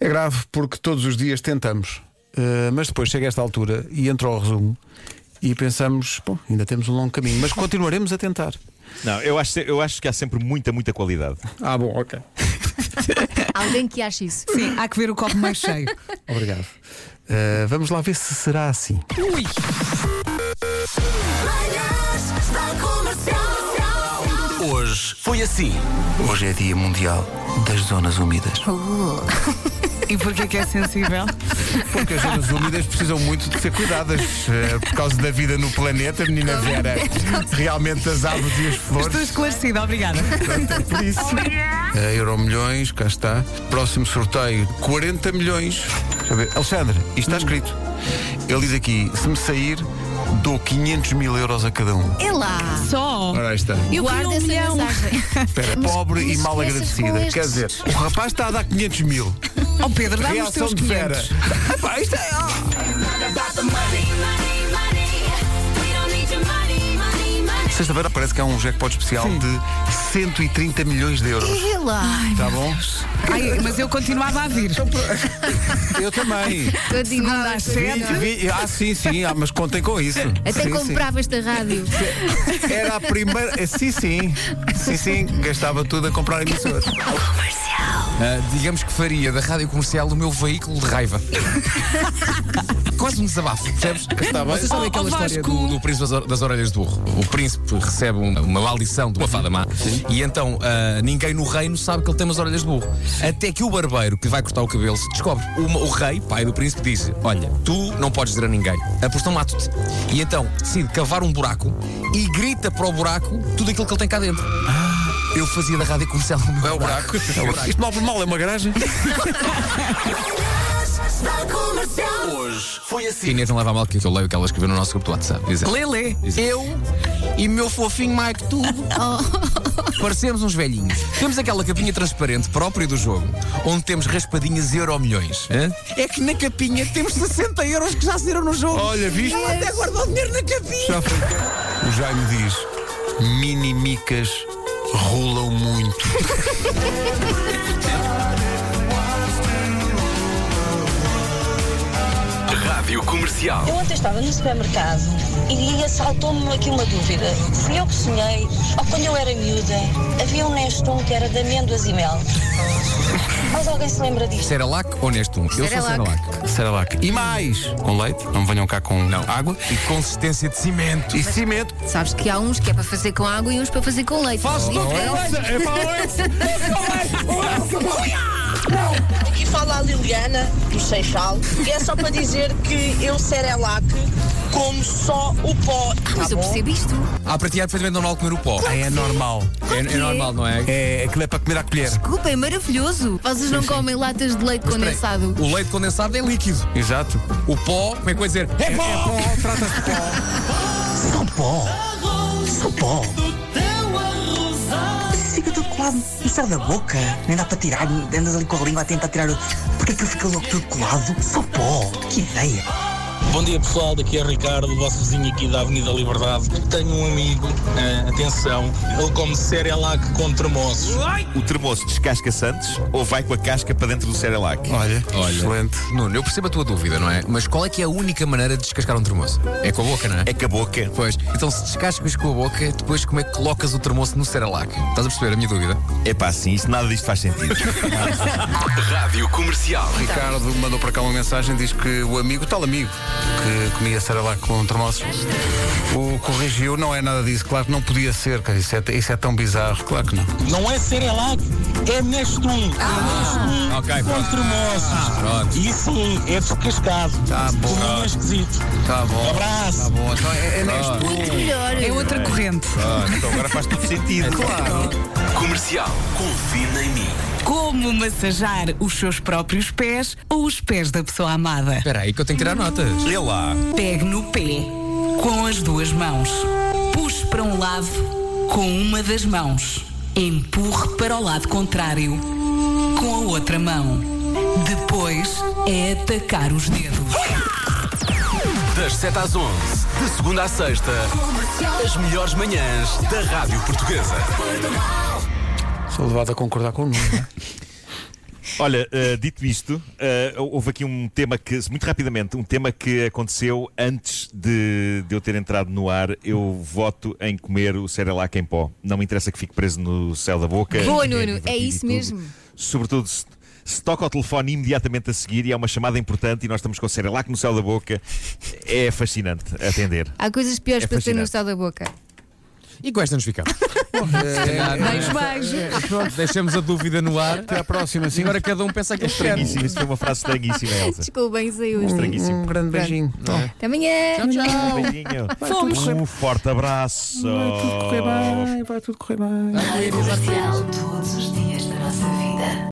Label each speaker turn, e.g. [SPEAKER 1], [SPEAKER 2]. [SPEAKER 1] É grave porque todos os dias tentamos, eh, mas depois chega esta altura e entra o resumo e pensamos, bom, ainda temos um longo caminho, mas continuaremos a tentar.
[SPEAKER 2] Não, eu acho, eu acho que há sempre muita, muita qualidade.
[SPEAKER 1] Ah, bom, ok.
[SPEAKER 3] Alguém que ache isso.
[SPEAKER 4] Sim, há que ver o copo mais cheio.
[SPEAKER 1] Obrigado. Eh, vamos lá ver se será assim.
[SPEAKER 4] Ui!
[SPEAKER 5] Manhãs da Comercial.
[SPEAKER 6] Hoje foi assim. Hoje é Dia Mundial das Zonas Úmidas.
[SPEAKER 4] E porquê que é sensível?
[SPEAKER 7] Porque as zonas úmidas precisam muito de ser cuidadas eh, por causa da vida no planeta, menina Vera. Realmente as aves e as
[SPEAKER 4] Estou
[SPEAKER 7] flores.
[SPEAKER 4] esclarecida, obrigada.
[SPEAKER 7] Por isso.
[SPEAKER 1] A Euro Milhões, cá está. Próximo sorteio, 40 milhões. Deixa eu ver. Alexandre, isto está escrito. Ele diz aqui: se me sair, dou 500 mil euros a cada um.
[SPEAKER 3] É lá.
[SPEAKER 4] Só!
[SPEAKER 1] Ora, aí está.
[SPEAKER 3] Eu um
[SPEAKER 4] Guarda
[SPEAKER 3] guardo
[SPEAKER 4] essa
[SPEAKER 3] essa mensagem.
[SPEAKER 1] Espera, pobre e
[SPEAKER 3] mas
[SPEAKER 1] mal
[SPEAKER 3] começas com
[SPEAKER 1] agradecida.
[SPEAKER 3] estes.
[SPEAKER 1] Quer dizer, o rapaz está a dar 500 mil.
[SPEAKER 4] Oh Pedro, dá-me os
[SPEAKER 1] Reação
[SPEAKER 4] teus
[SPEAKER 1] de Vera.
[SPEAKER 4] 500.
[SPEAKER 1] Epá, isto é-
[SPEAKER 5] Money, money, money. We don't need your money, money, money.
[SPEAKER 1] Sexta-feira parece que há um jackpot especial de 130 milhões de euros.
[SPEAKER 3] É lá.
[SPEAKER 1] Está bom?
[SPEAKER 4] Ai, mas eu continuava a vir.
[SPEAKER 1] Eu também.
[SPEAKER 3] Tadinho, não dá
[SPEAKER 4] às
[SPEAKER 3] jeito.
[SPEAKER 4] sete.
[SPEAKER 1] Vi- ah, sim, sim, ah, mas contem com isso.
[SPEAKER 3] É Até
[SPEAKER 1] Sim, sim.
[SPEAKER 3] comprava esta rádio.
[SPEAKER 1] Era a primeira. eh, Sim, sim. Sim, sim. Gastava tudo a comprar emissoras.
[SPEAKER 8] Ah, digamos que faria da rádio comercial o meu veículo de raiva. Quase um desabafo, percebes? Vocês sabem
[SPEAKER 4] Oh,
[SPEAKER 8] aquela
[SPEAKER 4] oh,
[SPEAKER 8] história
[SPEAKER 4] Vasco.
[SPEAKER 8] do, do príncipe das, or- das orelhas de burro? O príncipe recebe um- uma maldição de uma fada má e então ah, ninguém no reino sabe que ele tem umas orelhas de burro. Até que o barbeiro que vai cortar o cabelo se descobre. Uma- o rei, pai do príncipe, diz: Olha, tu não podes dizer a ninguém, apostam mato-te. E então decide cavar um buraco e grita para o buraco tudo aquilo que ele tem cá dentro. Eu fazia da rádio comercial o meu
[SPEAKER 1] Ah. É o buraco. Isto mal por mal é uma garagem.
[SPEAKER 5] Manhãs da Comercial.
[SPEAKER 6] Hoje foi assim.
[SPEAKER 8] Que Inês não leva a mal que eu leio o que ela escreveu no nosso grupo do WhatsApp. Diz ela.
[SPEAKER 4] Lele!
[SPEAKER 8] Eu e meu fofinho Mike Tubo
[SPEAKER 3] Oh.
[SPEAKER 8] parecemos uns velhinhos. Temos aquela capinha transparente própria do jogo, onde temos raspadinhas euro milhões. É que na capinha temos 60 euros que já saíram no jogo.
[SPEAKER 1] Olha, viste?
[SPEAKER 8] Ela até guardou o dinheiro na capinha.
[SPEAKER 1] Já foi. O Jaime diz: minimicas rolam muito.
[SPEAKER 6] Rádio Comercial.
[SPEAKER 9] Eu ontem estava no supermercado e assaltou-me aqui uma dúvida. Fui eu que sonhei, ou quando eu era miúda, havia um Nestum que era de amêndoas e mel. Mas alguém se lembra disto?
[SPEAKER 8] Seralac ou Nestum? Eu sou
[SPEAKER 3] Cerelac.
[SPEAKER 8] Seralac.
[SPEAKER 1] Será lá que. E mais! Com leite? Não venham cá com Ah. água.
[SPEAKER 8] E consistência de cimento.
[SPEAKER 1] E cimento.
[SPEAKER 3] Sabes que há uns que é para fazer com água e uns para fazer com leite. Faz
[SPEAKER 1] É
[SPEAKER 10] Aqui fala a Liliana, do Seixal, e é só para dizer que eu, Cerelac, como só o pó.
[SPEAKER 3] Ah, Mas
[SPEAKER 10] tá
[SPEAKER 3] eu
[SPEAKER 10] bom?
[SPEAKER 3] percebo isto.
[SPEAKER 8] Há prateado é perfeitamente normal comer o pó.
[SPEAKER 1] É normal.
[SPEAKER 8] É, é normal, não é?
[SPEAKER 1] É aquilo é para comer à colher.
[SPEAKER 3] Desculpa, é maravilhoso. Vocês não comem latas de leite condensado.
[SPEAKER 8] O leite condensado é líquido.
[SPEAKER 1] Exato.
[SPEAKER 8] O pó, como é que vai dizer? É pó!
[SPEAKER 9] Fica tudo colado no céu da boca. Nem dá para tirar, andas ali com a língua a tentar tirar. Porquê que fica logo tudo colado? Só pó. Que ideia.
[SPEAKER 11] Bom dia pessoal, daqui é Ricardo, vosso vizinho aqui da Avenida Liberdade. Tenho um amigo, eh, atenção, ele come Cerelac com tremoços.
[SPEAKER 2] O termoço descasca-se antes ou vai com a casca para dentro do Cerelac?
[SPEAKER 1] Olha,
[SPEAKER 8] Olha.
[SPEAKER 1] excelente.
[SPEAKER 8] Nuno, eu percebo a tua dúvida, não é? Mas qual é que é a única maneira de descascar um termoço? É com a boca, não é?
[SPEAKER 2] É com a boca.
[SPEAKER 8] Pois, então se descascas com a boca, depois como é que colocas o termoço no Cerelac? Estás a perceber a minha dúvida?
[SPEAKER 2] É pá, sim, isto, nada disto faz sentido.
[SPEAKER 6] Rádio Comercial.
[SPEAKER 1] Ricardo mandou para cá uma mensagem, diz que o amigo, tal amigo, que comia Saralac com termoços, o corrigiu, não é nada disso, claro que não podia ser, cara, isso é, isso é tão bizarro, claro que não.
[SPEAKER 11] Não é Cerelac, é Nestum. Ah,
[SPEAKER 8] ok,
[SPEAKER 11] com
[SPEAKER 8] pronto.
[SPEAKER 11] tremoços.
[SPEAKER 8] pronto.
[SPEAKER 11] E sim, é descascado.
[SPEAKER 1] Ah, Tá bom.
[SPEAKER 11] Cominho é esquisito.
[SPEAKER 1] Tá bom.
[SPEAKER 11] Abraço.
[SPEAKER 1] Tá bom, então é, é neste.
[SPEAKER 3] Melhor.
[SPEAKER 4] É outra corrente.
[SPEAKER 2] Ah, então agora faz todo sentido.
[SPEAKER 1] Claro.
[SPEAKER 6] Comercial. Confie em mim.
[SPEAKER 4] Como massajar os seus próprios pés ou os pés da pessoa amada?
[SPEAKER 8] Espera aí que eu tenho que tirar notas.
[SPEAKER 2] Olha lá.
[SPEAKER 4] Pegue no pé com as duas mãos. Puxe para um lado com uma das mãos. Empurre para o lado contrário com a outra mão. Depois é atacar os dedos.
[SPEAKER 6] Das 7 às 11, de segunda à sexta, as melhores manhãs da Rádio Portuguesa.
[SPEAKER 1] Sou levado a concordar com o Nuno. não é?
[SPEAKER 2] Olha, eh, dito isto, eh, houve aqui um tema que, muito rapidamente, um tema que aconteceu antes de, de eu ter entrado no ar. Eu voto em comer o Cerelac em pó. Não me interessa que fique preso no céu da boca.
[SPEAKER 3] Boa,
[SPEAKER 2] É
[SPEAKER 3] Nuno,
[SPEAKER 2] divertido
[SPEAKER 3] é
[SPEAKER 2] e
[SPEAKER 3] isso
[SPEAKER 2] tudo.
[SPEAKER 3] mesmo.
[SPEAKER 2] Sobretudo se, se toca o telefone imediatamente a seguir e é uma chamada importante e nós estamos com o Cerelac no céu da boca. É fascinante atender.
[SPEAKER 3] Há coisas piores
[SPEAKER 2] É
[SPEAKER 3] para ter no
[SPEAKER 2] fascinante.
[SPEAKER 3] estado da boca.
[SPEAKER 8] E com esta nos ficamos.
[SPEAKER 3] Beijo, beijo.
[SPEAKER 8] Pronto, deixamos a dúvida no ar.
[SPEAKER 1] Até à próxima, sim.
[SPEAKER 8] Agora cada um pensa aquilo que quer.
[SPEAKER 2] Estranhíssimo, isso foi uma frase estranhíssima, Elsa.
[SPEAKER 3] Desculpem, saiu hoje.
[SPEAKER 2] Estranhíssimo.
[SPEAKER 1] Um grande beijinho.
[SPEAKER 3] Até amanhã.
[SPEAKER 2] Um beijinho.
[SPEAKER 3] Fomos.
[SPEAKER 2] Um forte abraço.
[SPEAKER 1] Oh. Vai tudo correr bem, vai tudo correr bem.
[SPEAKER 5] Comercial todos os dias da nossa vida.